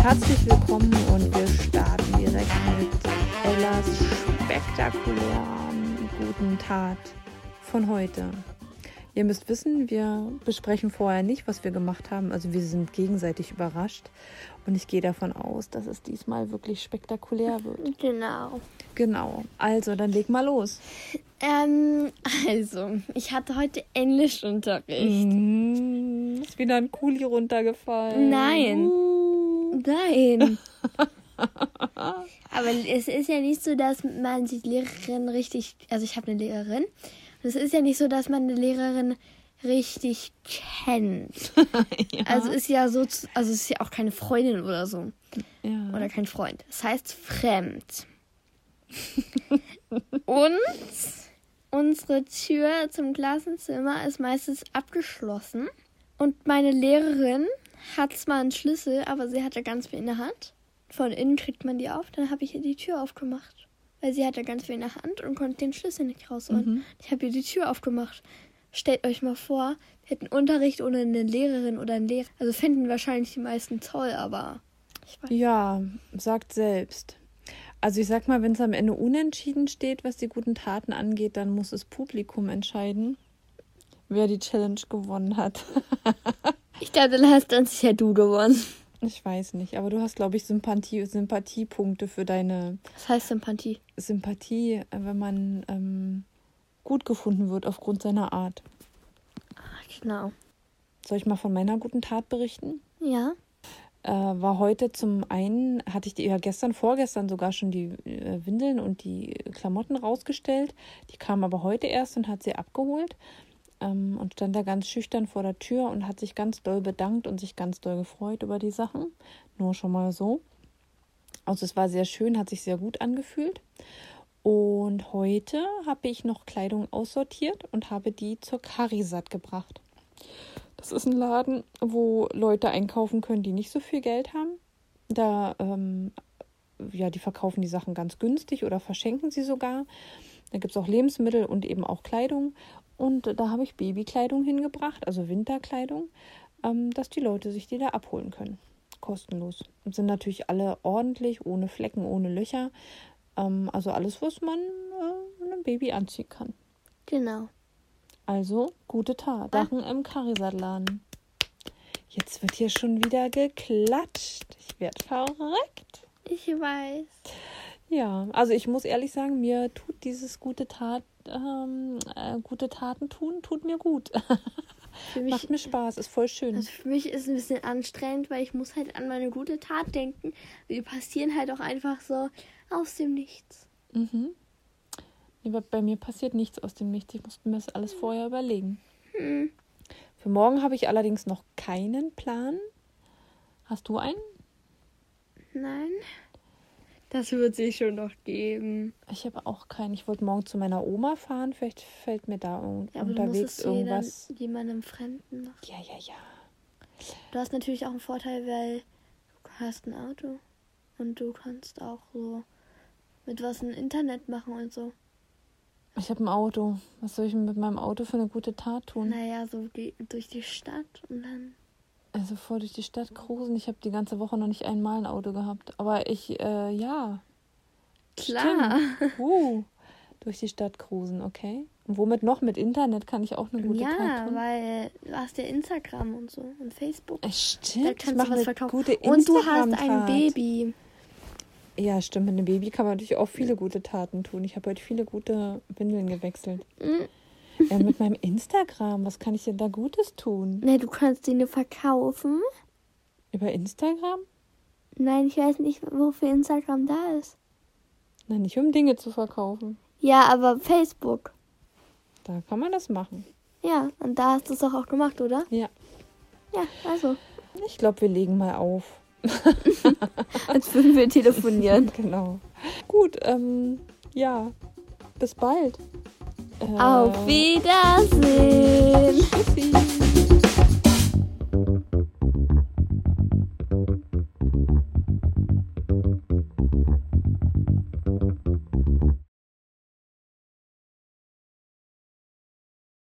herzlich willkommen und wir starten direkt mit Ellas spektakulären guten Tat von heute. Ihr müsst wissen, wir besprechen vorher nicht, was wir gemacht haben. Also wir sind gegenseitig überrascht und ich gehe davon aus, dass es diesmal wirklich spektakulär wird. Genau. Genau. Also, dann leg mal los. Ähm, also, ich hatte heute Englischunterricht. Mm, Ist wieder ein Kuli runtergefallen. Nein. Uh. Nein. Aber es ist ja nicht so, dass man die Lehrerin richtig. Also, ich habe eine Lehrerin. Und es ist ja nicht so, dass man eine Lehrerin richtig kennt. Ja. Also, ist ja so. zu- Also, es ist ja auch keine Freundin oder so. ja. Oder kein Freund. Das heißt fremd. Und unsere Tür zum Klassenzimmer ist meistens abgeschlossen. Und meine Lehrerin hat zwar einen Schlüssel, aber sie hatte ganz viel in der Hand. Von innen kriegt man die auf, dann habe ich ihr die Tür aufgemacht. Weil sie hatte ganz viel in der Hand und konnte den Schlüssel nicht rausholen. Ich habe ihr die Tür aufgemacht. Stellt euch mal vor, wir hätten Unterricht ohne eine Lehrerin oder einen Lehrer. Also fänden wahrscheinlich die meisten toll, aber ich weiß ja, sagt selbst. Also ich sag mal, wenn es am Ende unentschieden steht, was die guten Taten angeht, dann muss das Publikum entscheiden, wer die Challenge gewonnen hat. Ich glaube, dann hast dann sicher du gewonnen. Ich weiß nicht, aber du hast, glaube ich, Sympathie, Sympathiepunkte für deine Was heißt Sympathie? Sympathie, äh, wenn man ähm, gut gefunden wird aufgrund seiner Art. Genau. Soll ich mal von meiner guten Tat berichten? Ja. äh, war heute zum einen, hatte ich die, ja gestern, vorgestern sogar schon die äh, Windeln und die Klamotten rausgestellt. Die kam aber heute erst und hat sie abgeholt ähm, und stand da ganz schüchtern vor der Tür und hat sich ganz doll bedankt und sich ganz doll gefreut über die Sachen. Nur schon mal so. Also es war sehr schön, hat sich sehr gut angefühlt. Und heute habe ich noch Kleidung aussortiert und habe die zur Karisat gebracht. Das ist ein Laden, wo Leute einkaufen können, die nicht so viel Geld haben. Da, ähm, ja, die verkaufen die Sachen ganz günstig oder verschenken sie sogar. Da gibt es auch Lebensmittel und eben auch Kleidung. Und da habe ich Babykleidung hingebracht, also Winterkleidung, ähm, dass die Leute sich die da abholen können. Kostenlos. Und sind natürlich alle ordentlich, ohne Flecken, ohne Löcher. Ähm, also alles, was man äh, einem Baby anziehen kann. Genau. Also, gute Tat. Sachen im Karisatladen. Jetzt wird hier schon wieder geklatscht. Ich werde verrückt. Ich weiß. Ja, also ich muss ehrlich sagen, mir tut dieses gute Tat, ähm, äh, gute Taten tun, tut mir gut. Für mich, Macht mir Spaß, ist voll schön. also für mich ist es ein bisschen anstrengend, weil ich muss halt an meine gute Tat denken. Die passieren halt auch einfach so aus dem Nichts. Mhm. Nee, bei- bei mir passiert nichts aus dem Nichts. Ich muss mir das alles vorher überlegen. Hm. Für morgen habe ich allerdings noch keinen Plan. Hast du einen? Nein. Das wird sich schon noch geben. Ich habe auch keinen. Ich wollte morgen zu meiner Oma fahren. Vielleicht fällt mir da un Ja, aber du unterwegs musst es zu jedem, irgendwas. jemandem Fremden machen. Ja, ja, ja. Du hast natürlich auch einen Vorteil, weil du hast ein Auto. Und du kannst auch so mit was im Internet machen und so. Ich habe ein Auto. Was soll ich denn mit meinem Auto für eine gute Tat tun? Naja, so die, durch die Stadt und dann. Also vor durch die Stadt cruisen. Ich habe die ganze Woche noch nicht einmal ein Auto gehabt. Aber ich, äh, ja. Klar. Uh, durch die Stadt cruisen, okay. Und womit noch? Mit Internet kann ich auch eine gute Tat Ja, tun. weil du hast ja Instagram und so und Facebook. Äh, Da Stimmt, ich kannst du mache was eine verkaufen. gute und du hast ein Instagram-Tat. Baby. Ja, stimmt. Mit einem Baby kann man natürlich auch viele gute Taten tun. Ich habe heute viele gute Windeln gewechselt. Mhm. Ja, mit meinem Instagram, was kann ich denn da Gutes tun? Ne, du kannst den dir verkaufen. Über Instagram? Nein, ich weiß nicht, wofür Instagram da ist. Nein, nicht um Dinge zu verkaufen. Ja, aber Facebook. Da kann man das machen. Ja, und da hast du es doch auch gemacht, oder? Ja, Ja, also. ich glaube, wir legen mal auf. Als würden wir telefonieren. Genau. Gut, ähm, ja, bis bald. Ähm, Äh, Auf Wiedersehen.